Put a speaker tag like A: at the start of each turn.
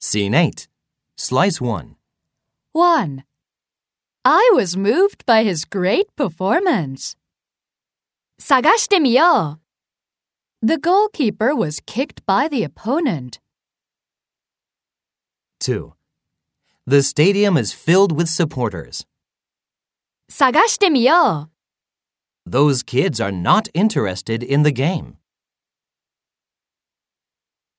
A: Scene 8. Slice 1.
B: 1. I was moved by his great performance. 探してみよう The goalkeeper was kicked by the opponent.
A: 2. The stadium is filled with supporters.
B: 探してみよう
A: Those kids are not interested in the game.